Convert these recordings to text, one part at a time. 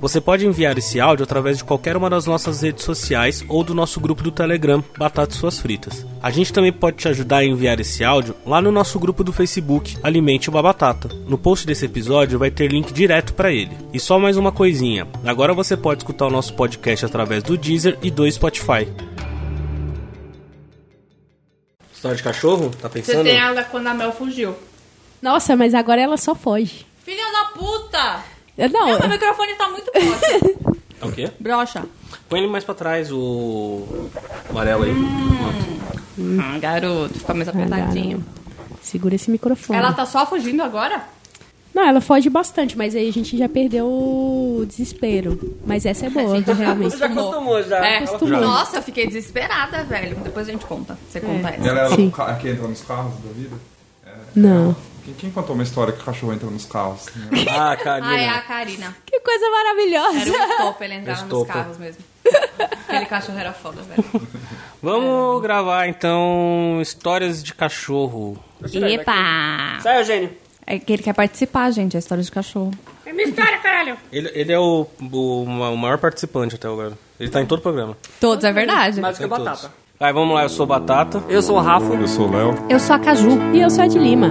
Você pode enviar esse áudio através de qualquer uma das nossas redes sociais ou do nosso grupo do Telegram, Batatas Suas Fritas. A gente também pode te ajudar a enviar esse áudio lá no nosso grupo do Facebook, Alimente uma Batata. No post desse episódio vai ter link direto para ele. E só mais uma coisinha: agora você pode escutar o nosso podcast através do Deezer e do Spotify. História de cachorro? Tá Você pensando? tem ela quando a Mel fugiu. Nossa, mas agora ela só foge. Filha da puta! Eu- Não, Meu microfone tá muito broxa. Tá O quê? broxa. Põe ele mais pra trás, o amarelo aí. Hum, garoto, fica mais apertadinho. é segura esse microfone. ela tá só fugindo agora? Não, ela foge bastante, mas aí a gente já perdeu o desespero. Mas essa é boa, realmente. Já acostumou, já. É. Acostumou. Nossa, eu fiquei desesperada, velho. Depois a gente conta. Você conta essa. Galera, Sim. o ca- que entra nos carros da vida? Não. Quem, quem contou uma história que o cachorro entra nos carros? Né? Ah, Karina. Ah, é a Karina. Que coisa Era maravilhosa. um estopa, ele entrava nos Estopa. carros mesmo. Aquele cachorro era foda, velho. Vamos gravar então histórias de cachorro. Epa! Sai, Eugênio. É que ele quer participar, gente. É história de cachorro. Ele, ele é o, o, ma- o maior participante até agora. Ele tá em todo o programa. Todos, é verdade. Mais do que Em todos. batata. Vai, vamos lá, eu sou Batata. Eu sou o Rafa. Eu sou o Léo. Eu sou a Caju. E eu sou a de Lima.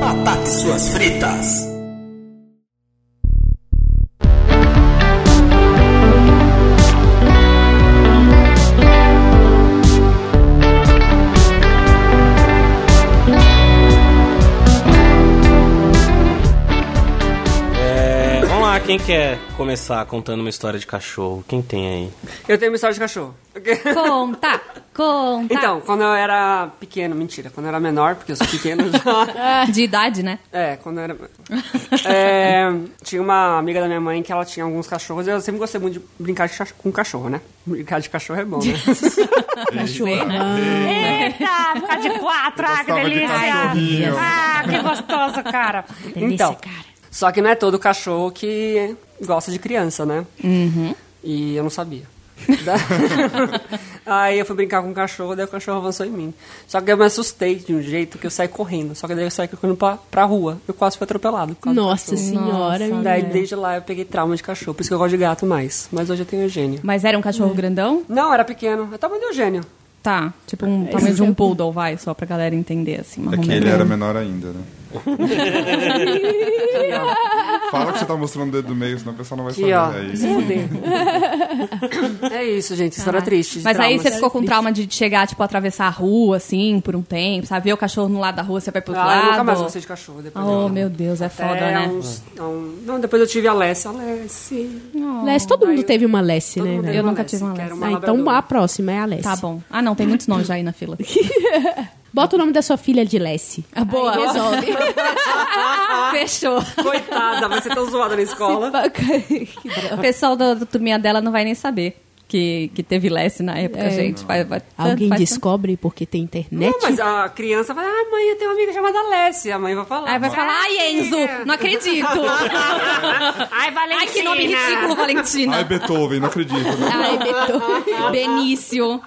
Batata suas fritas. É, vamos lá, quem quer começar contando uma história de cachorro? Quem tem aí? Eu tenho uma história de cachorro. Conta, conta. Então, quando eu era pequeno, mentira, quando eu era menor, porque eu sou pequeno já. De idade, né? É, quando eu era. É, tinha uma amiga da minha mãe que ela tinha alguns cachorros e eu sempre gostei muito de brincar de cachorro, com cachorro, né? Brincar de cachorro é bom, né? É. né? Eita, ficar de quatro, ah, que Gostava de delícia! cachorrinho. Ah, que gostoso, cara! então, só que não é todo cachorro que gosta de criança, né? E eu não sabia. Da- aí eu fui brincar com o cachorro, daí o cachorro avançou em mim. Só que eu me assustei de um jeito que eu saí correndo. Só que daí eu saí correndo pra, pra rua. Eu quase fui atropelado. por causa do Nossa senhora, cachorro. menina. Daí desde lá eu peguei trauma de cachorro, por isso que eu gosto de gato mais. Mas hoje eu tenho Eugênio. Mas era um cachorro grandão? Não, era pequeno. Eu tava de Eugênio. Tá, tipo É um tamanho de um poodle, vai, só pra galera entender, assim, É marrom. que ele era menor ainda, né? Fala que você tá mostrando o dedo do meio, senão o pessoal não vai Aqui, ó. saber. né? Aí, Se fuder. é isso, gente. História triste. de né? Mas aí traumas. você ficou com trauma de chegar, tipo, atravessar a rua, assim, por um tempo, sabe? Ver o cachorro no lado da rua, você vai pro outro Ah, lado. eu nunca mais gostei de cachorro. Depois Oh, eu- meu Deus, é foda, Até né? uns- um- não, depois eu tive a Lessie. A Lessie. Leste, todo mundo teve uma Leste, Todo né? mundo velho? teve uma nunca Lessie, tive uma que era Ah, então labrador. a próxima é a Leste. Tá bom. Ah, não, tem muitos nomes já aí na fila. Bota o nome da sua filha de Leste. Ah, boa. Aí resolve. Fechou. Coitada, vai ser tão zoada na escola. O pessoal da, da turminha dela não vai nem saber que, que teve lesse na época, É. gente. Vai, vai, Alguém faz- né? descobre porque tem internet? Não, mas a criança vai, ai mãe, eu tenho uma amiga chamada Lessie. A mãe vai falar. Aí vai falar, ai, Enzo, não acredito. Ai, Valentina! Ai, que nome ridículo, Valentina. Ai, Beethoven, não acredito. Né? Ai, Beto- Benício.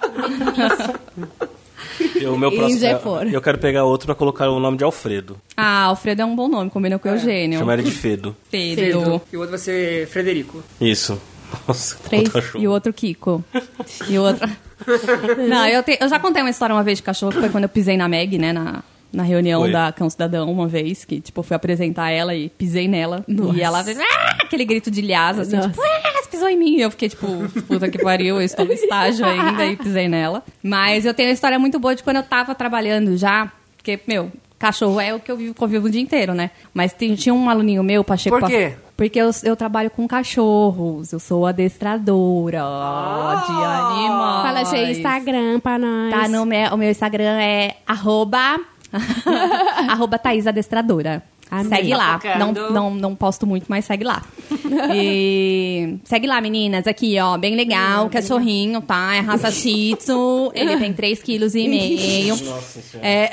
Eu, meu Ele próximo, já é eu- fora. eu, quero pegar outro pra colocar o nome de Alfredo. Ah, Alfredo é um bom nome, combina com o Eugênio. Chamar ele de Fedo. Pedro. E o outro vai ser Frederico. Isso. Nossa, quanto Três cachorro. E o outro Kiko. E o outro. Não, eu, te- eu já contei uma história uma vez de cachorro, que foi quando eu pisei na Meg, né? Na, na reunião Foi. da Cão Cidadão, uma vez, que, tipo, eu fui apresentar ela e pisei nela. E ela fez "Ah!" aquele grito de lhasa, assim, Nossa. tipo, ah, você pisou em mim. E eu fiquei, tipo, puta que pariu, eu estou no estágio ainda e pisei nela. Mas eu tenho uma história muito boa de quando eu tava trabalhando já, porque, meu. Cachorro é o que eu vivo, convivo o dia inteiro, né? Mas tem- tinha um aluninho meu, Pacheco. Por quê? Porque eu, eu trabalho com cachorros, eu sou adestradora de animais. Fala seu Instagram pra nós. Tá no meu, o meu Instagram é arroba Arroba Thaís Adestradora. Amei. Segue lá. Não, Tá Focando. não, não posto muito, mas segue lá. E segue lá, meninas. Aqui, ó, bem Hum, legal. Cachorrinho, tá? É raça Shih Tzu. Ele tem 3,5 kg. Nossa senhora. É.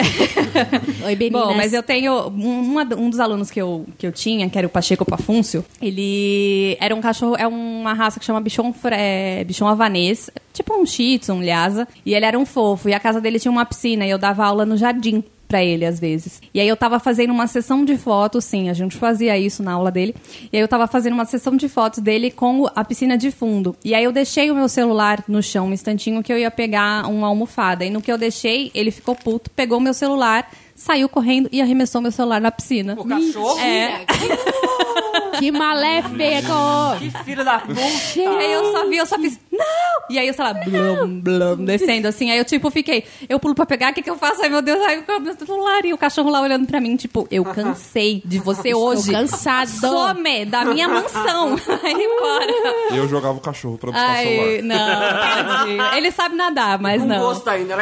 Oi, meninas. Bom, mas eu tenho. Um, uma- um dos alunos que eu, que eu tinha, que era o Pacheco Pafúncio, ele era um cachorro. É uma raça que chama bichon, fre- é, bichon havanês, tipo um shih tzu, um lhasa. E ele era um fofo. E a casa dele tinha uma piscina e eu dava aula no jardim pra ele às vezes. E aí eu tava fazendo uma sessão de fotos, sim, a gente fazia isso na aula dele. E aí eu tava fazendo uma sessão de fotos dele com o- a piscina de fundo. E aí eu deixei o meu celular no chão um instantinho que eu ia pegar uma almofada. E no que eu deixei, ele ficou puto, pegou o meu celular, saiu correndo e arremessou meu celular na piscina. O cachorro? É. Que maléfico! Que filho da puta. E aí eu só vi, eu só fiz, não! E aí eu, sei lá, blum, blum, descendo assim. Aí eu, tipo, fiquei, eu pulo pra pegar, o que que eu faço? Ai, meu Deus, ai, eu meu celular. E o cachorro lá olhando pra mim, tipo, eu cansei de você hoje. cansado. Some da minha mansão. Vai embora. Eu jogava o cachorro pra buscar o Ai, celular. não, tadinho. Ele sabe nadar, mas Com não. Um gosto ainda.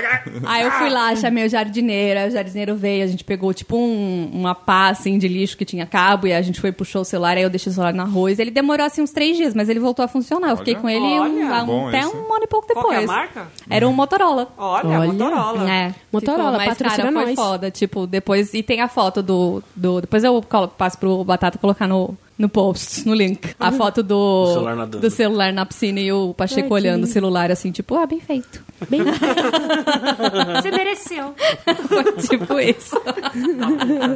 Aí eu fui lá, chamei o jardineiro, aí o jardineiro veio, a gente pegou tipo um- uma pá assim de lixo que tinha cabo, e a gente foi, puxou o celular, aí eu deixei o celular no arroz. Ele demorou assim uns três dias, mas ele voltou a funcionar. Eu fiquei Olha. com ele um- Olha. lá um- Bom até esse. um ano e pouco depois. Qual que é a marca? Era um Motorola. Olha, Olha. Motorola. É, Motorola, mas, patrocina cara, foi nós. foda. Tipo, depois. E tem a foto do. do depois eu colo- passo pro Batata colocar no, no post, no link. A foto do. Do celular nadando. do celular na piscina e o Ai, Pacheco que olhando o lindo. celular, assim, tipo, ah, bem feito. Bem, Você mereceu. Foi tipo isso.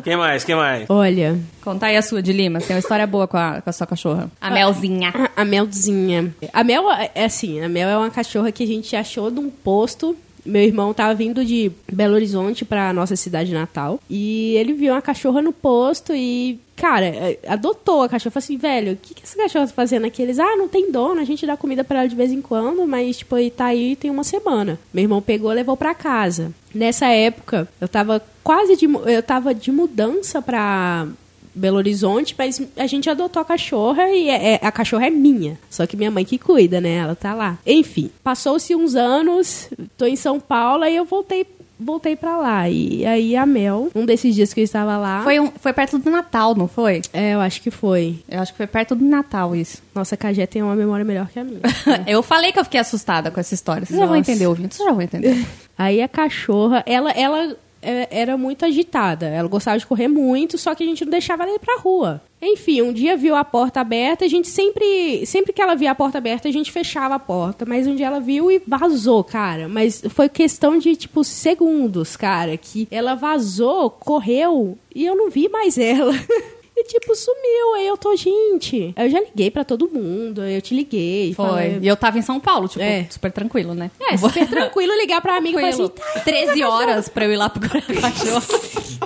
Quem mais? Quem mais? olha, Contar aí a sua de Lima, tem uma história boa com a, com a sua cachorra. A Melzinha. a Melzinha. A Mel é assim, a Mel é uma cachorra que a gente achou de um posto. Meu irmão tava vindo de Belo Horizonte pra nossa cidade natal. E ele viu uma cachorra no posto e, cara, é, adotou a cachorra. Falou assim, velho, o que, que essa cachorra tá fazendo aqui? Eles, ah, não tem dono, a gente dá comida pra ela de vez em quando, mas, tipo, aí tá aí tem uma semana. Meu irmão pegou e levou pra casa. Nessa época, eu tava quase de. mu- Eu tava de mudança pra, Belo Horizonte, mas a gente adotou a cachorra e é- é- a cachorra é minha. Só que minha mãe que cuida, né? Ela tá lá. Enfim, passou-se uns anos, tô em São Paulo e eu voltei voltei para lá. E aí a Mel, um desses dias que eu estava lá, Foi, um- foi perto do Natal, não foi? é, eu acho que foi. Eu acho que foi perto do Natal isso. Nossa, a Cagé tem uma memória melhor que a minha. Eu falei que eu fiquei assustada com essa história. Vocês já vão Nossa. entender, ouvintes. Vocês já vão entender. Aí a cachorra, ela, ela é, era muito agitada. Ela gostava de correr muito, só que a gente não deixava ela ir pra rua. Enfim, um dia viu a porta aberta, a gente sempre. Sempre que ela via a porta aberta, a gente fechava a porta. Mas um dia ela viu e vazou, cara. Mas foi questão de, tipo, segundos, cara. Que ela vazou, correu e eu não vi mais ela. E, tipo, sumiu. Aí eu tô, gente. Eu já liguei pra todo mundo. Eu te liguei. Foi. falei- E eu tava em São Paulo, tipo, É. super tranquilo, né? É, super tranquilo ligar pra amiga e falar assim: tranquilo. 13 horas pra eu ir lá procurar a cachorra.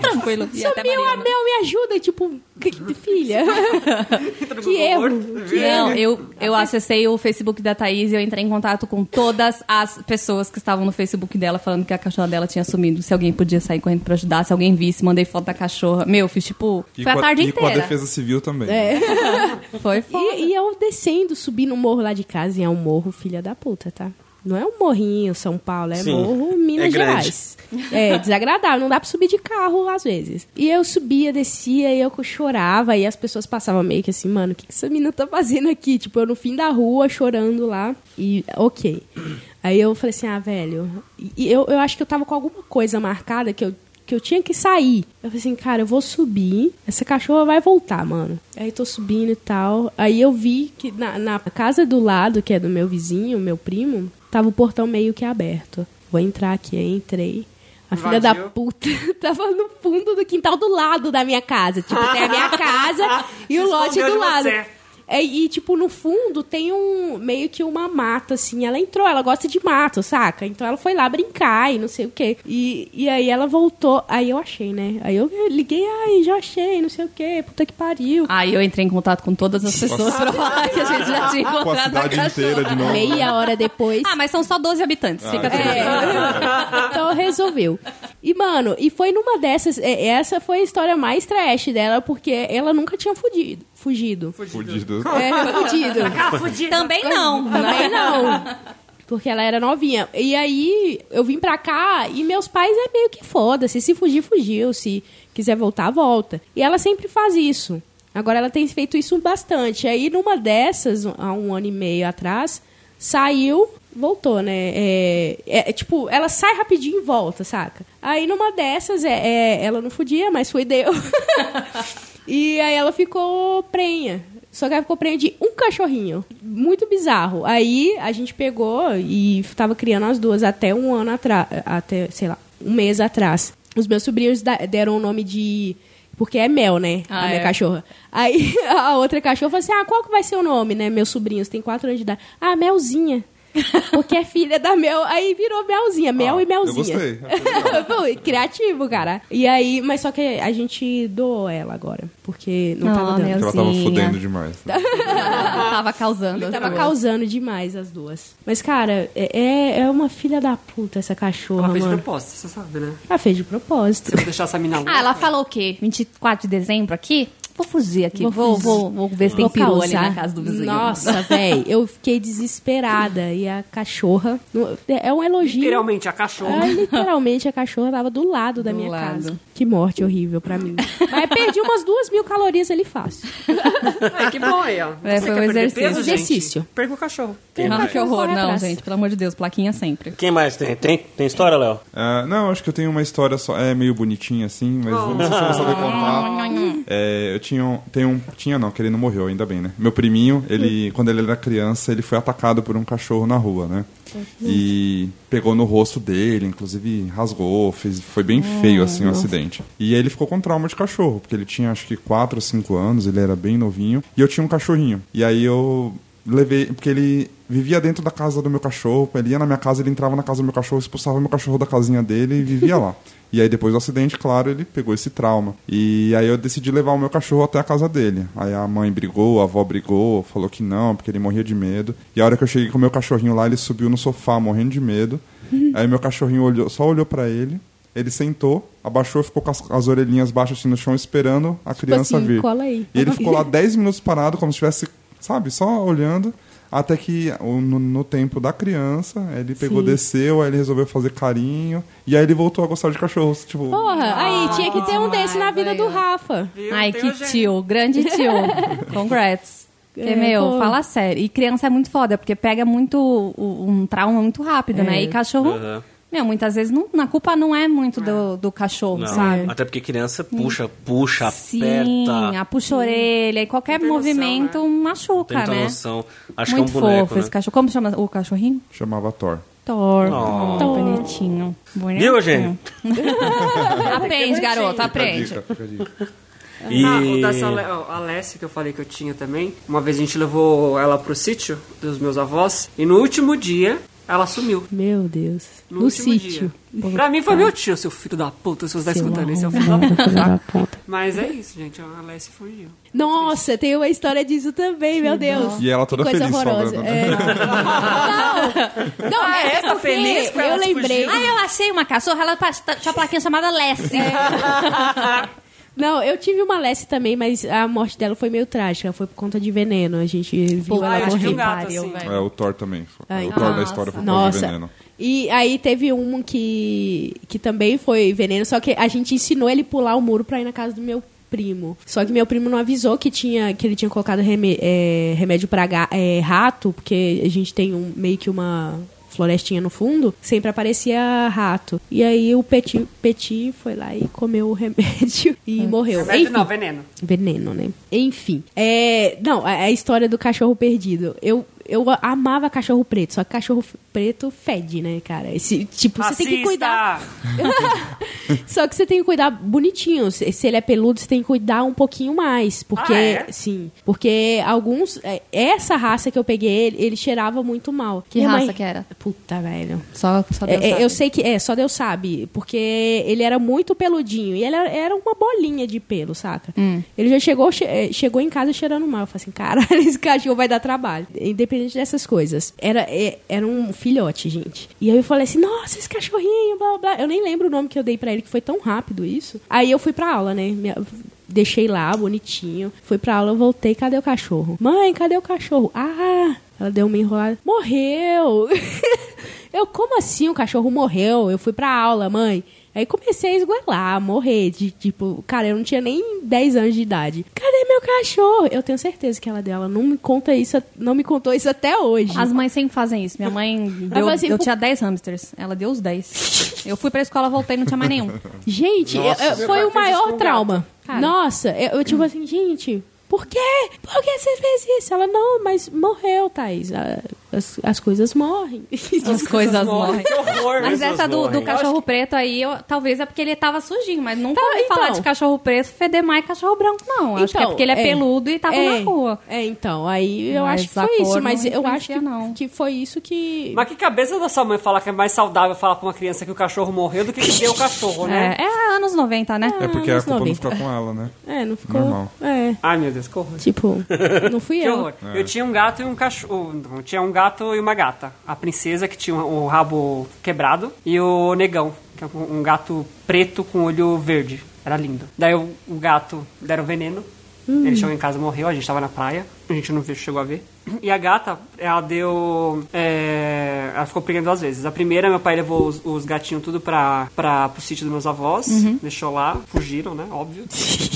tranquilo. E até Sumiu a maneiro, né? Mel, me ajuda. E, Tipo, que- filha. que erro. Que Não, erro. eu, eu acessei o Facebook da Thaís e eu entrei em contato com todas as pessoas que estavam no Facebook dela falando que a cachorra dela tinha sumido. Se alguém podia sair correndo pra ajudar, se alguém visse, mandei foto da cachorra. Meu, fiz tipo. E foi a com tarde e com a inteira. É. defesa civil também. Foi foda. E, e eu descendo, subindo o morro lá de casa. E é um morro, filha da puta, tá? Não é um morrinho, São Paulo. É Sim. morro, Minas É grande. Gerais. É desagradável. Não dá pra subir de carro às vezes. E eu subia, descia, e eu chorava. E as pessoas passavam meio que assim, mano, o que, que essa menina tá fazendo aqui? Tipo, eu no fim da rua, chorando lá. E, ok. Aí eu falei assim, ah, velho... E eu, eu acho que eu tava com alguma coisa marcada que eu que eu tinha que sair. Eu falei assim, cara, eu vou subir, essa cachorra vai voltar, mano. Aí tô subindo e tal. Aí eu vi que na, na casa do lado, que é do meu vizinho, meu primo, tava o portão meio que aberto. Vou entrar aqui, aí entrei. A filha da Invadiu. puta tava no fundo do quintal do lado da minha casa. Tipo, tem a minha casa e Se o lote escondeu do de lado. você. É, e, tipo, no fundo tem um. meio que uma mata, assim. Ela entrou, ela gosta de mato, saca? Então ela foi lá brincar e não sei o quê. E, e aí ela voltou. Aí eu achei, né? Aí eu liguei, ai, já achei, não sei o quê, puta que pariu. Aí eu entrei em contato com todas as pessoas pra falar que a gente já tinha encontrado Com a cidade cachorra. inteira de novo. Ah, Meia hora depois. Ah, mas são só 12 habitantes. Fica tranquilo. É. então resolveu. E, mano, e foi numa dessas. é, Essa foi a história mais trash dela, porque ela nunca tinha fudido. Fugido. Fudido. É, fudido. Ah, fudido. Também não. Também não. Porque ela era novinha. E aí eu vim pra cá e meus pais é meio que foda-se. Se fugir, fugiu. Se quiser voltar, volta. E ela sempre faz isso. Agora ela tem feito isso bastante. Aí numa dessas, há um ano e meio atrás, saiu, voltou, né? É, é, é, tipo, ela sai rapidinho e volta, saca? Aí numa dessas, é, é, ela não fudia, mas foi deu. e aí ela ficou prenha. Só que ela ficou prenha de um cachorrinho. Muito bizarro. Aí a gente pegou e tava criando as duas até um ano atrás. Até, sei lá, um mês atrás. Os meus sobrinhos da- deram o nome de. Porque é Mel, né? Ah, a minha é. cachorra. Aí a outra cachorra falou assim: Ah, qual que vai ser o nome, né? Meus sobrinhos têm quatro anos de idade. Ah, Melzinha. Porque é filha da Mel. Aí virou Melzinha, Mel Ah, e Melzinha. Eu gostei. Pô, criativo, cara. E aí, mas só que a gente doou ela agora. Porque não Ah, tava dando. Mel. Ela tava Melzinha. fudendo demais. né? tava causando. as Tava duas. causando demais as duas. Mas, cara, é, é- é uma filha da puta essa cachorra, Ela fez mano. proposta, você sabe, né? ela fez de Se propósito. eu deixar essa mina louca. Ah, ela falou o quê? 24 de dezembro aqui? Vou fugir aqui. Vou Vou, fugir. vou, vou ver se tem Vou peru ali causar. na casa do vizinho. Nossa, velho, eu fiquei desesperada. E a cachorra. não- É um elogio. Literalmente, a cachorra. Ah, literalmente a cachorra tava do lado da Do minha lado. casa. Que morte horrível pra mim. Mas perdi umas duas mil calorias ali fácil. Ai, que bom aí, ó. É, Você quer foi um perder exercício. peso, gente? Exercício. Perca o cachorro. Quem Ah, mais? que horror. Corre Não, atrás. gente, pelo amor de Deus, plaquinha sempre. Quem mais tem? Tem, tem história, Léo? Ah, não, acho que eu tenho uma história só. É meio bonitinha assim, mas eu não sei se eu vou saber Ah. contar. É, eu tinha um, tem um. Tinha não, que ele não morreu, ainda bem, né? Meu priminho, ele, quando ele era criança, ele foi atacado por um cachorro na rua, né? E pegou no rosto dele, inclusive rasgou, fez, foi bem feio assim o acidente. E ele ficou com trauma de cachorro, porque ele tinha acho que 4 ou 5 anos, ele era bem novinho, e eu tinha um cachorrinho. E aí eu levei, porque ele vivia dentro da casa do meu cachorro, ele ia na minha casa, ele entrava na casa do meu cachorro, expulsava meu cachorro da casinha dele e vivia lá. E aí depois do acidente, claro, ele pegou esse trauma. E aí eu decidi levar o meu cachorro até a casa dele. Aí a mãe brigou, a avó brigou, falou que não, porque ele morria de medo. E a hora que eu cheguei com o meu cachorrinho lá, ele subiu no sofá morrendo de medo. Aí meu cachorrinho olhou, só olhou pra ele, ele sentou, abaixou, ficou com as, as orelhinhas baixas assim no chão esperando a criança assim, vir. cola aí. E ele ficou lá 10 minutos parado, como se estivesse, sabe, só olhando. Até que o- no, no tempo da criança, ele pegou, Sim. desceu, aí ele resolveu fazer carinho. E aí ele voltou a gostar de cachorros. Tipo, Porra, aí tinha que ter um desse na vida do Rafa. Viu? Ai, Tem que urgência. tio, grande tio. Congrats. Porque, É, meu, pô. fala sério. E criança é muito foda, porque pega muito o- um trauma muito rápido, né? E cachorro, Uhum. meu, muitas vezes não, a culpa não é muito do, do cachorro, Não, sabe? Até porque criança puxa, puxa, Sim, aperta. a puxa-orelha e qualquer Não tem noção, movimento machuca, Tem muita né? noção. Acho muito que é um boneco, fofo esse né? cachorro. Como chama o cachorrinho? chamava Thor. Thor. Oh. Thor. Bonitinho. Bonitinho. Viu, gente? aprende, garoto, aprende. Tá Dica, fica a dica. E... Ah, o dessa Ale- ó, a Alessia que eu falei que eu tinha também. Uma vez a gente levou ela pro sítio dos meus avós e no último dia ela sumiu. Meu Deus. No, No, último sítio. dia. Pra mim foi meu tio, seu filho da puta, se você tá escutando isso, é o filho da puta. Mas é isso, gente. A Alessia fugiu. Nossa, tem uma história disso também, meu Deus. E ela toda que coisa feliz horrorosa. falando. É. Não, não, é essa porque feliz com Eu elas lembrei. Ah, eu achei uma cachorra, ela pa- tá- tinha uma plaquinha chamada Lessie. Não, eu tive uma Lessie também, mas a morte dela foi meio trágica. Foi por conta de veneno. A gente viu ah, ela eu tive um morrer. gato pariu, assim. velho. É, o Thor também. Ai, o Thor nossa. da história foi por causa de Nossa. veneno. E aí teve um que, que também foi veneno, só que a gente ensinou ele pular o muro pra ir na casa do meu primo. Só que meu primo não avisou que, tinha, que ele tinha colocado reme- é, remédio pra ga- é, rato, porque a gente tem um, meio que uma florestinha no fundo, sempre aparecia rato. E aí o Petit, Petit foi lá e comeu o remédio e morreu. Remédio Enfim. não, veneno. Veneno, né? Enfim. É, não, a, a história do cachorro perdido. Eu, eu a- amava cachorro preto, só que cachorro f- preto fede, né, cara? Esse, tipo, você tem que cuidar. Racista! Só que você tem que cuidar bonitinho. Se, se ele é peludo, você tem que cuidar um pouquinho mais. Porque, Ah, é? sim. Porque alguns. é, Essa raça que eu peguei, ele, ele cheirava muito mal. Que Minha raça que era? Puta, velho. Só, só É, Deus é, sabe. eu sei que é, só Deus sabe, porque ele era muito peludinho e ele era, era uma bolinha de pelo, saca? Hum. Ele já chegou, che- eh, chegou em casa cheirando mal. Eu falei assim, caralho, esse cachorro vai dar trabalho. Independente dessas coisas. Era, é, era um filhote, gente. E aí eu falei assim, nossa, esse cachorrinho, blá blá, blá. Eu nem lembro o nome que eu dei pra ele, que foi tão rápido isso. Aí eu fui pra aula, né? Minha- Deixei lá, bonitinho. Fui pra aula, eu voltei. Cadê o cachorro? Mãe, cadê o cachorro? Ah, Ela deu uma enrolada. Morreu! eu, como assim o cachorro morreu? Eu fui pra aula, mãe. Aí comecei a esgoelar, a morrer. De, tipo, cara, eu não tinha nem 10 anos de idade. Cadê meu cachorro? Eu tenho certeza que ela é dela não me conta isso, não me contou isso até hoje. As mães sempre fazem isso. Minha mãe deu, fala assim, eu "Pô- tinha 10 hamsters. Ela deu os 10. Eu fui pra escola, voltei, não tinha mais nenhum. Gente, Nossa, eu- eu- meu foi pai o fez isso com maior um trauma. Cara. Nossa, eu, eu tipo assim, gente, por quê? Por que você fez isso? Ela, não, mas morreu, Thaís. Ah, As, as coisas morrem. As coisas morrem. Que horror. Mas essa do, do morrem. cachorro preto aí, eu- talvez é porque ele tava sujinho, mas nunca Tá, ouvi então. falar de cachorro preto feder mais cachorro branco, não. Acho que é porque ele é, peludo e tava é, na rua. É, então, aí eu Mas acho que a foi cor isso, não mas eu acho influencia, que, não. que foi isso que. Mas que cabeça da sua mãe falar que é mais saudável falar pra uma criança que o cachorro morreu do que que deu o cachorro, né? É, é anos 90, né? É porque a nos culpa não 90. fica com ela, né? É, não ficou. Normal. É. Ai, meu Deus, que horror. Tipo, não fui Que eu. horror. Eu tinha um gato e um cachorro. não, Tinha um gato e uma gata. A princesa, que tinha o rabo quebrado, e o negão, que é um um gato preto com olho verde. Era lindo. Daí o, o gato deram veneno. Hum. Ele chegou em casa e morreu. A gente tava na praia. A gente não viu, chegou a ver. E a gata, ela deu. é, ela ficou pegando duas vezes. A primeira, meu pai levou os, os gatinhos tudo pra, pra, pro sítio dos meus avós. Uhum. Deixou lá. Fugiram, né? Óbvio.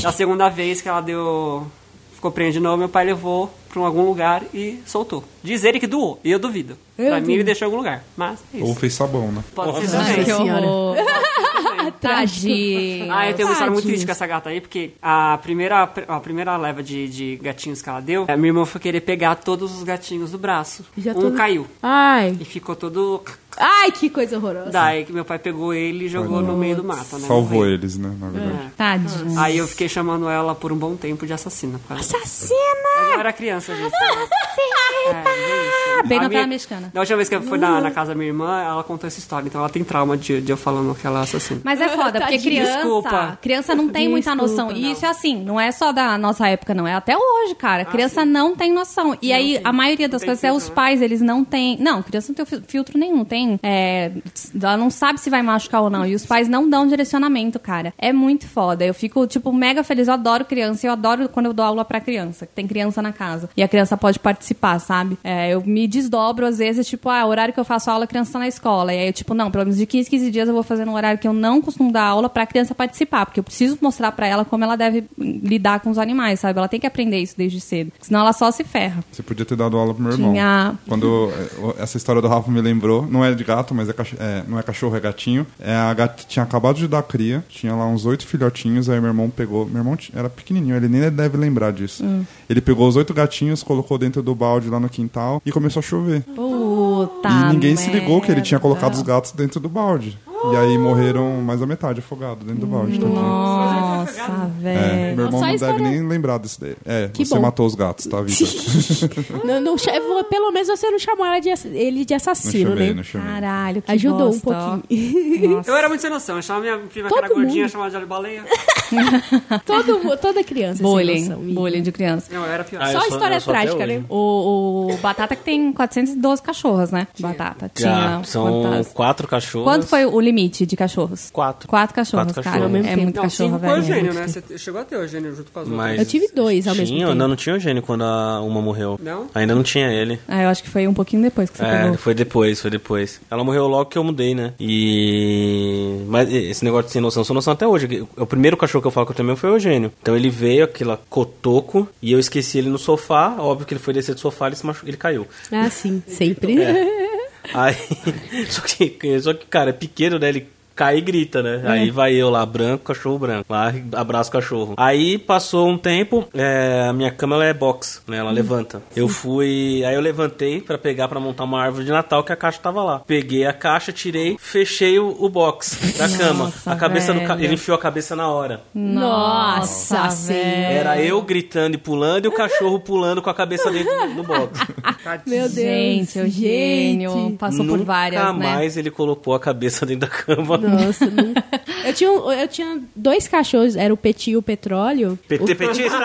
a segunda vez que ela deu. Ficou prendendo de novo, meu pai levou pra um- algum lugar e soltou. Diz ele que doou, e eu duvido. Eu pra mim ele duvido. deixou em algum lugar. Mas é isso. Ou fez sabão, né? Pode ser Ai, também. que senhora. horror. Tadinho. Ah, eu tenho uma história Tadinhos. muito triste com essa gata aí, porque a primeira, a primeira leva de, de gatinhos que ela deu, a minha irmã foi querer pegar todos os gatinhos do braço. Já tô- um caiu. Ai. E ficou todo. Ai, que coisa horrorosa. Daí que meu pai pegou ele e jogou no meio do mato, né? Salvou Morreu. eles, né? Na verdade. Tadinho. Aí eu fiquei chamando ela por um bom tempo de assassina. Porque ela- Assassina! Mas eu era criança, gente. É, Ah, bem A novela minha- mexicana. Uhum. Da última vez que eu fui na, na casa da minha irmã, ela contou essa história. Então ela tem trauma de, de eu falando que ela é assassina. Mas é foda, porque Tadinho. criança, Desculpa. criança não tem muita Desculpa, noção. E isso é assim, não é só da nossa época, não. É até hoje, cara. criança não tem noção. E aí, a maioria das Tem coisas é filtro, os né? pais, eles não têm. Não, criança não tem fil- filtro nenhum. Tem. é, ela não sabe se vai machucar ou não. E os pais não dão direcionamento, cara. É muito foda. Eu fico, tipo, mega feliz. Eu adoro criança. Eu adoro quando eu dou aula pra criança. que Tem criança na casa. E a criança pode participar, sabe? É, eu me desdobro, às vezes, tipo, ah, o horário que eu faço aula, a criança tá na escola. E aí, eu, tipo, não, pelo menos de 15, 15 dias eu vou fazer um horário que eu não costumo dar aula pra criança participar. Porque eu preciso mostrar pra ela como ela deve lidar com os animais, sabe? Ela tem que aprender isso desde cedo. Senão ela só se ferra. Você podia ter dado aula pro meu irmão. Tinha- Quando eh, essa história do Rafa me lembrou, não é de gato, mas é, cach- é, não é cachorro, é gatinho. É, a gata tinha acabado de dar cria, tinha lá uns oito filhotinhos, aí meu irmão pegou. Meu irmão ti- era pequenininho, ele nem deve lembrar disso. Ele pegou os oito gatinhos, colocou dentro do balde lá no quintal e começou a chover. Puta. e ninguém se ligou que ele tinha merda. colocado os gatos dentro do balde. E aí morreram mais da metade afogados dentro do balde. tadinho. Nossa, É, velho. meu irmão Só a não história- deve nem lembrar disso daí. É, Que você bom. matou os gatos, tá, Vitor? Não, não cha- pelo menos você não chamou ela de ass- ele de Não assassino, chamei, né? não chamei. Caralho, que Ajudou bosta, ó. um pouquinho. Eu era muito sem noção. Eu chamava minha prima que Todo era gordinha, mundo. chamava de olho baleia. Todo, mu- toda criança. sem noção. Bullying, E- bullying de criança. Não, eu era pior. Ah, eu Só sou- história eu sou até trágica, hoje. né? O, o Batata que tem 412 cachorros, né? Batata. Tinha. Gato, Ah, são quantas? quatro cachorros. Quanto foi o limite de cachorros? Quatro. Quatro cachorros, Quatro cara. cachorros. É muito Não, cachorro, cinco foi velho. o é gênio, muito né? difícil. Você chegou a ter o gênio junto com as Mas- Eu tive dois ao tinha, mesmo tempo. Não, não tinha o Gênio quando a uma morreu. Não? Ainda não tinha ele. Ah, eu acho que foi um pouquinho depois que você É, pegou. foi depois, foi depois. Ela morreu logo que eu mudei, né? E. Mas esse negócio de sem noção, sem noção até hoje. O primeiro cachorro que eu falo que eu também foi o Eugênio. Então ele veio, aquela cotoco, e eu esqueci ele no sofá. Óbvio que ele foi descer do sofá e ele caiu. Ah, sim, sempre. É. Aí, só, que, só que, cara, é pequeno, né? Ele cai e grita, né? É. Aí vai eu lá, branco, cachorro branco. Lá, abraço o cachorro. Aí passou um tempo, é, a minha cama ela é box, né? Hum. Ela levanta. Eu fui. Aí eu levantei pra pegar, pra montar uma árvore de Natal que a caixa tava lá. Peguei a caixa, tirei, fechei o, o box da cama. Nossa, A cabeça no ca... velho. Ele enfiou a cabeça na hora. Nossa, velho. velho. Era eu gritando e pulando e o cachorro pulando com a cabeça dentro do box. Meu Deus. Gente, é o gênio gente. passou por várias, Nunca né? mais ele colocou a cabeça dentro da cama. Nossa, nunca. Eu tinha, um- eu tinha dois cachorros, era o Petit e o Petróleo. PT, petista!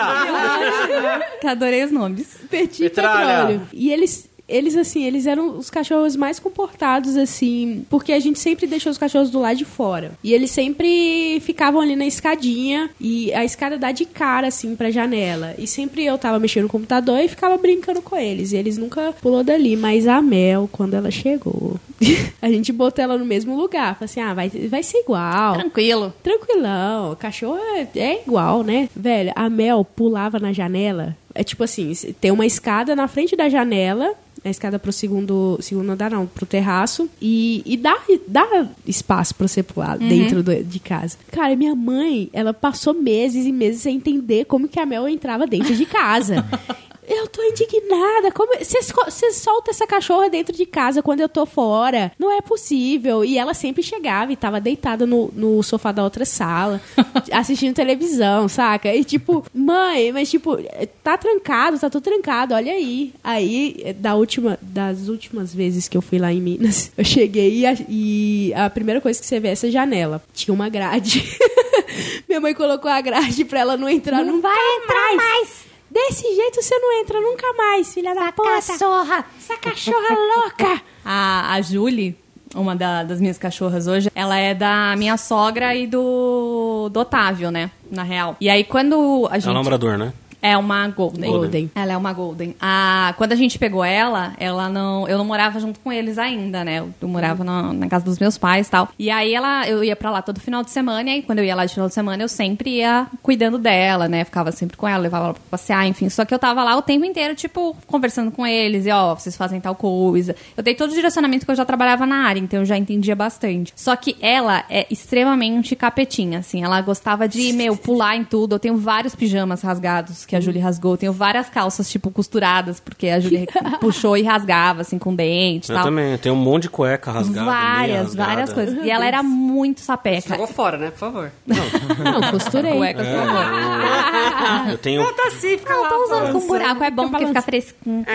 Que adorei os nomes. Petit e Petralha. Petróleo. E eles. Eles, assim, eles eram os cachorros mais comportados, assim, porque a gente sempre deixou os cachorros do lado de fora. E eles sempre ficavam ali na escadinha, e a escada dá de cara, assim, pra janela. E sempre eu tava mexendo no computador e ficava brincando com eles. E eles nunca pulou dali. Mas a Mel, quando ela chegou, a gente botou ela no mesmo lugar. Falei assim, ah, vai, vai ser igual. Tranquilo. Tranquilão, cachorro é, é igual, né? Velho, a Mel pulava na janela. É tipo assim, tem uma escada na frente da janela, a escada pro segundo, segundo andar não, pro terraço, e, e dá, e dá espaço pra você pular dentro do- de casa. Cara, minha mãe, ela passou meses e meses sem entender como que a Mel entrava dentro de casa. Eu tô indignada. Como vocês co- vocês soltam essa cachorra dentro de casa quando eu tô fora? Não é possível. E ela sempre chegava e tava deitada no, no sofá da outra sala, assistindo televisão, saca? E tipo, mãe, mas tipo, tá trancado, tá tudo trancado, olha aí. Aí, da última, das últimas vezes que eu fui lá em Minas, eu cheguei e a, e a primeira coisa que você vê é essa janela. Tinha uma grade. Minha mãe colocou a grade pra ela não entrar Não nunca vai entrar mais. Desse jeito você não entra nunca mais, filha da puta. Cachorra. Essa cachorra louca. A, a Julie, uma da- das minhas cachorras hoje, ela é da minha sogra e do, do Otávio, né? Na real. E aí, quando a É um gente. labrador, né? É uma Golden. Golden. Ela é uma Golden. Ah, quando a gente pegou ela, ela não, eu não morava junto com eles ainda, né? Eu, eu morava na, na casa dos meus pais e tal. E aí ela, eu ia pra lá todo final de semana, e aí quando eu ia lá de final de semana, eu sempre ia cuidando dela, né? Ficava sempre com ela, levava ela pra passear, enfim. Só que eu tava lá o tempo inteiro, tipo, conversando com eles, e ó, vocês fazem tal coisa. Eu dei todo o direcionamento que eu já trabalhava na área, então eu já entendia bastante. Só que ela é extremamente capetinha, assim. Ela gostava de, meu, pular em tudo. Eu tenho vários pijamas rasgados que a Julie rasgou. Eu tenho várias calças, tipo, costuradas, porque a Julie puxou e rasgava, assim, com dente e Eu tal. também. Tem um monte de cueca rasgada. meia Várias, rasgada. várias coisas. E ela era muito sapeca. Jogou fora, né? Por favor. Não, costurei. Cuecas, por favor. Eu tenho. Tá Então, assim, fica Não, lá. tô usando com balançando. buraco, é bom porque fica balançando. fresquinho.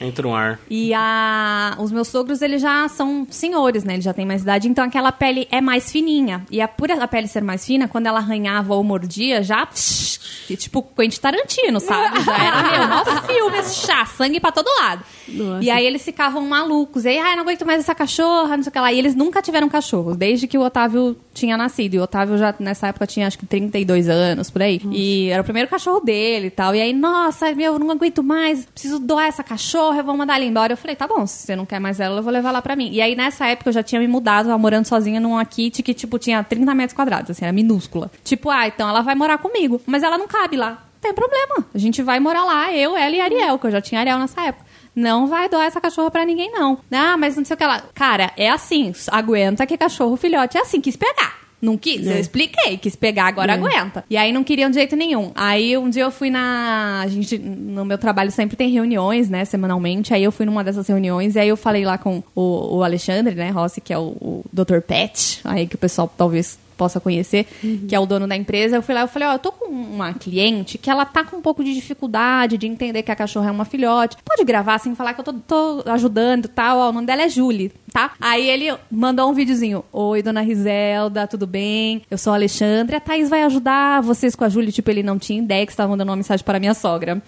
Entra um ar. E a, os meus sogros, eles já são senhores, né? Eles já têm mais idade, então aquela pele é mais fininha. E a por a pele ser mais fina, quando ela arranhava ou mordia, já... e tipo, Quentin Tarantino, sabe? Já era, meu, mó filme, esse chá, sangue pra todo lado. Nossa. E aí eles ficavam malucos. E aí, ai, não aguento mais essa cachorra, não sei o que lá. E eles nunca tiveram cachorro, desde que o Otávio tinha nascido. E o Otávio já, nessa época, tinha acho que 32 anos, por aí. E era o primeiro cachorro dele e tal. E aí, nossa, meu, não aguento mais, preciso doar essa cachorra, eu vou mandar ela embora. Eu falei, tá bom, se você não quer mais ela, eu vou levar ela pra mim. E aí, nessa época, eu já tinha me mudado, tava morando sozinha num kit que, tipo, tinha 30 metros quadrados, assim, era minúscula. Tipo, ah, então ela vai morar comigo, mas ela não cabe lá. Não tem problema, a gente vai morar lá, eu, ela e Ariel, que eu já tinha Ariel nessa época. Não vai doar essa cachorra pra ninguém, não. Ah, mas não sei o que ela. Cara, é assim. s- Aguenta que cachorro filhote é assim. Quis pegar. Não quis? Eu expliquei. Quis pegar, agora aguenta. E aí não queriam de jeito nenhum. Aí um dia eu fui na. A gente, no meu trabalho sempre tem reuniões, né? Semanalmente. Aí eu fui numa dessas reuniões e aí eu falei lá com o, o Alexandre, né? Rossi, que é o, o Dr. Pet. Aí que o pessoal talvez possa conhecer, que é o dono da empresa. Eu fui lá eu falei, ó, eu tô com uma cliente que ela tá com um pouco de dificuldade de entender que a cachorra é uma filhote. Pode gravar sem falar que eu tô, tô ajudando e tal. Ó, o nome dela é Julie, tá? Aí ele mandou um videozinho. Oi, dona Riselda, tudo bem? Eu sou a Alexandre. A Thaís vai ajudar vocês com a Julie. Tipo, ele não tinha ideia que estava mandando uma mensagem para minha sogra.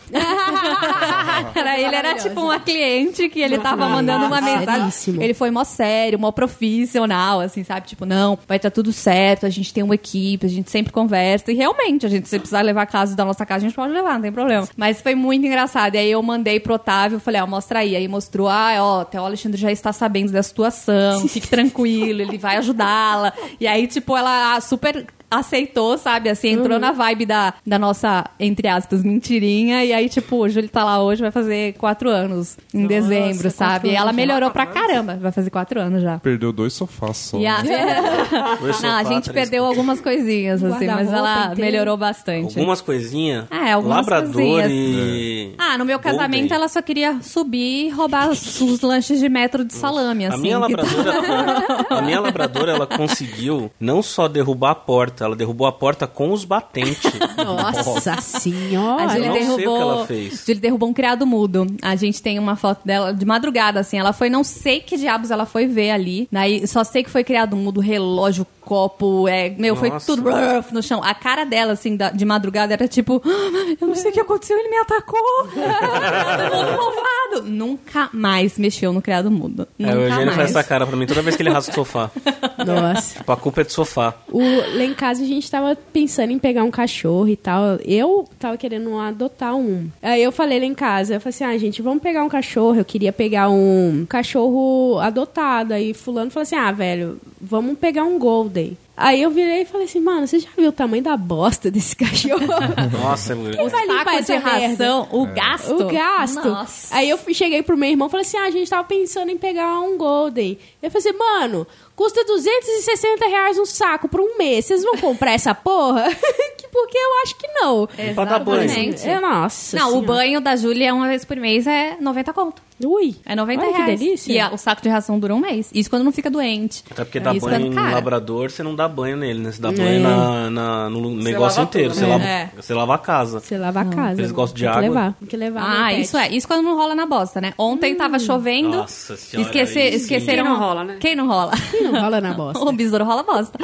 era, ele era tipo uma cliente que ele tava mandando uma mensagem. Seríssimo. Ele foi mó sério, mó profissional, assim, sabe? Tipo, não, vai estar tudo certo, a gente tem uma equipe, a gente sempre conversa. E realmente, a gente, se precisar levar casos da nossa casa, a gente pode levar, não tem problema. Mas foi muito engraçado. E aí eu mandei pro Otávio, falei, ó, mostra aí. Aí mostrou, ah, ó, até o Alexandre já está sabendo da situação, fique tranquilo, ele vai ajudá-la. E aí, tipo, ela super aceitou, sabe? Assim, entrou na vibe da, da nossa, entre aspas, mentirinha. E aí, tipo, o Júlio tá lá hoje, vai fazer quatro anos em dezembro, sabe? E ela melhorou pra caramba. Vai fazer quatro anos já. Perdeu dois sofás só. né? E a... Dois Não, a sofá, gente três perdeu algumas coisinhas, assim, mas Guarda-roupa ela inteiro. melhorou bastante. Algumas coisinhas. É, algumas labrador coisinhas. e. Ah, no meu casamento Golden. ela só queria subir e roubar os os lanches de metro de salame, assim. A minha, que tá- labradora, a minha labradora, ela conseguiu não só derrubar a porta, ela derrubou a porta com os batentes. Nossa A senhora. eu Julie não sei o que derrubou, ela fez. Julie derrubou um criado mudo. A gente tem uma foto dela de madrugada, assim. Ela foi, não sei que diabos ela foi ver ali. Daí, só sei que foi criado mudo, relógio, copo, é, meu, foi Nossa. tudo brrr, no chão. A cara dela, assim, da- de madrugada era tipo, "Ah, eu não sei o que aconteceu, ele me atacou. Mundo malvado! Nunca mais mexeu no criado mudo. É, o Nunca Eugênio mais. faz essa cara pra mim toda vez que ele rasga o sofá. Nossa. Tipo, a culpa é do sofá. O, lá em casa a gente tava pensando em pegar um cachorro e tal. Eu tava querendo adotar um. Aí eu falei lá em casa, eu falei assim, ah, gente, vamos pegar um cachorro. Eu queria pegar um cachorro adotado. Aí fulano falou assim, ah, velho, vamos pegar um golden. Aí eu virei e falei assim, mano, você já viu o tamanho da bosta desse cachorro? Nossa, é mulher. Quem vai limpar Saco essa de merda? ração, o É. gasto. O gasto. Nossa. Aí eu fui- cheguei pro meu irmão e falei assim: ah, a gente tava pensando em pegar um Golden. Eu falei assim, mano, custa 260 reais um saco por um mês. Vocês vão comprar essa porra? Que- Porque eu acho que não. Pra dar banho. É, Exatamente. É, nossa. Não, o senhora. banho da Júlia uma vez por mês é 90 conto. Ui. É 90 olha reais. Que delícia. E a- o saco de ração dura um mês. Isso quando não fica doente. Até porque dá Isso é banho quando- em cara, labrador, você não dá banho nele, né? Você dá banho na, na- no negócio lava tudo, inteiro. né? Você, lava, É. você lava a casa. Você lava a casa. Eles gostam de Tem que água. Levar. Tem que levar. Ah, isso é. Isso quando não rola na bosta, né? Ontem Hum. tava chovendo. Nossa senhora, Esquece- aí sim. esqueceram. Quem não rola, né? Quem não rola? Não rola na bosta. O besouro rola bosta.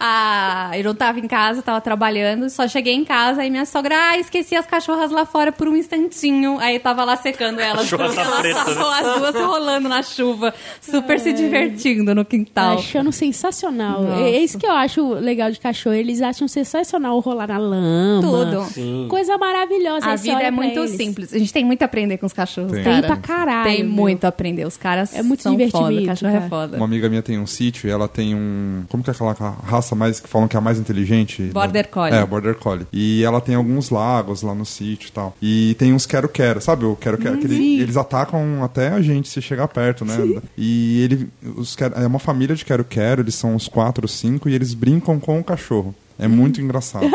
ah, eu não tava em casa, tava trabalhando, só cheguei em casa aí minha sogra, ah, esqueci as cachorras lá fora por um instantinho. Aí tava lá secando elas, Cachorra elas tá preta, né? estavam as duas rolando na chuva, super É. se divertindo no quintal. Tá Achando sensacional. É isso que eu acho legal de cachorro. Eles acham sensacional rolar na lama. Tudo. Sim. Coisa maravilhosa. A Aí você vida olha é pra muito eles. simples. A gente tem muito a aprender com os cachorros, Tem. cara. Tem pra caralho, Tem meu. muito a aprender. Os caras É muito são foda. divertimento, Cachorro é cara. foda. Uma amiga minha tem um sítio e ela tem um. Como que é aquela raça mais que falam que é a mais inteligente? Border Collie. É, Border Collie. E ela tem alguns lagos lá no sítio e tal. E tem uns quero-quero, sabe? O quero-quero. que ele- eles atacam até a gente se chegar perto, né? E ele. Os quero- é uma família de quero-quero, eles são uns quatro ou cinco e eles brincam com o cachorro. É muito engraçado.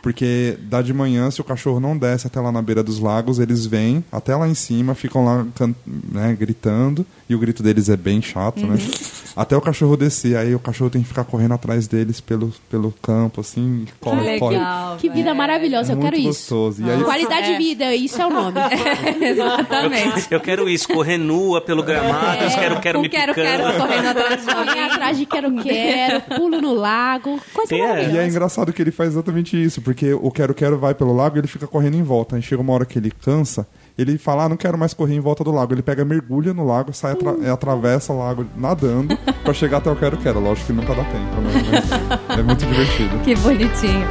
Porque dá de manhã, se o cachorro não desce até lá na beira dos lagos, eles vêm até lá em cima, ficam lá can- né, gritando, e o grito deles é bem chato, né? Até o cachorro descer, aí o cachorro tem que ficar correndo atrás deles pelo, pelo campo, assim, e corre, corre. legal, Que vida velho. maravilhosa, É eu muito quero isso. gostoso. E aí, Qualidade de vida, isso é o nome. Exatamente. Eu quero isso, correr nua pelo gramado, eu quero, quero Um me É. quero, picando. quero correndo atrás de Correr alguém. atrás de quero-quero, pulo no lago, coisa Tem, é. e maravilhosa. é engraçado que ele faz exatamente isso, porque o quero-quero vai pelo lago e ele fica correndo em volta. Aí chega uma hora que ele cansa, ele fala, ah, não quero mais correr em volta do lago. Ele pega, mergulha no lago, sai, atra- Hum. é, atravessa o lago nadando pra chegar até o quero-quero. Lógico que nunca dá tempo, né? Mas é muito divertido. Que bonitinho.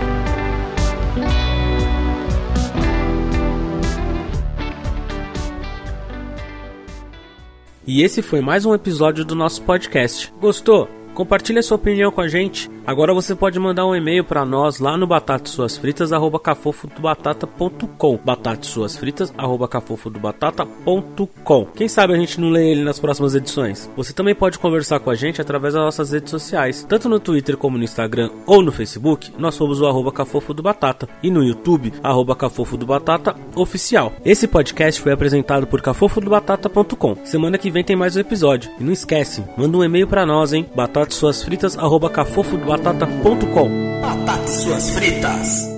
E esse foi mais um episódio do nosso podcast. Gostou? Compartilhe a sua opinião com a gente. Agora você pode mandar um e-mail para nós lá no batatasuasfritas@cafofodobatata.com. batatasuasfritas@cafofodobatata.com. Quem sabe a gente não lê ele nas próximas edições. Você também pode conversar com a gente através das nossas redes sociais, tanto no Twitter como no Instagram ou no Facebook. Nós somos o arroba Cafofo do Batata e no YouTube arroba Cafofo do Batata oficial. Esse podcast foi apresentado por cafofodobatata.com. Semana que vem tem mais um episódio. E não esquece, manda um e-mail pra nós, hein? batata suas fritas arroba cafofodobatata.com. Batata e suas fritas.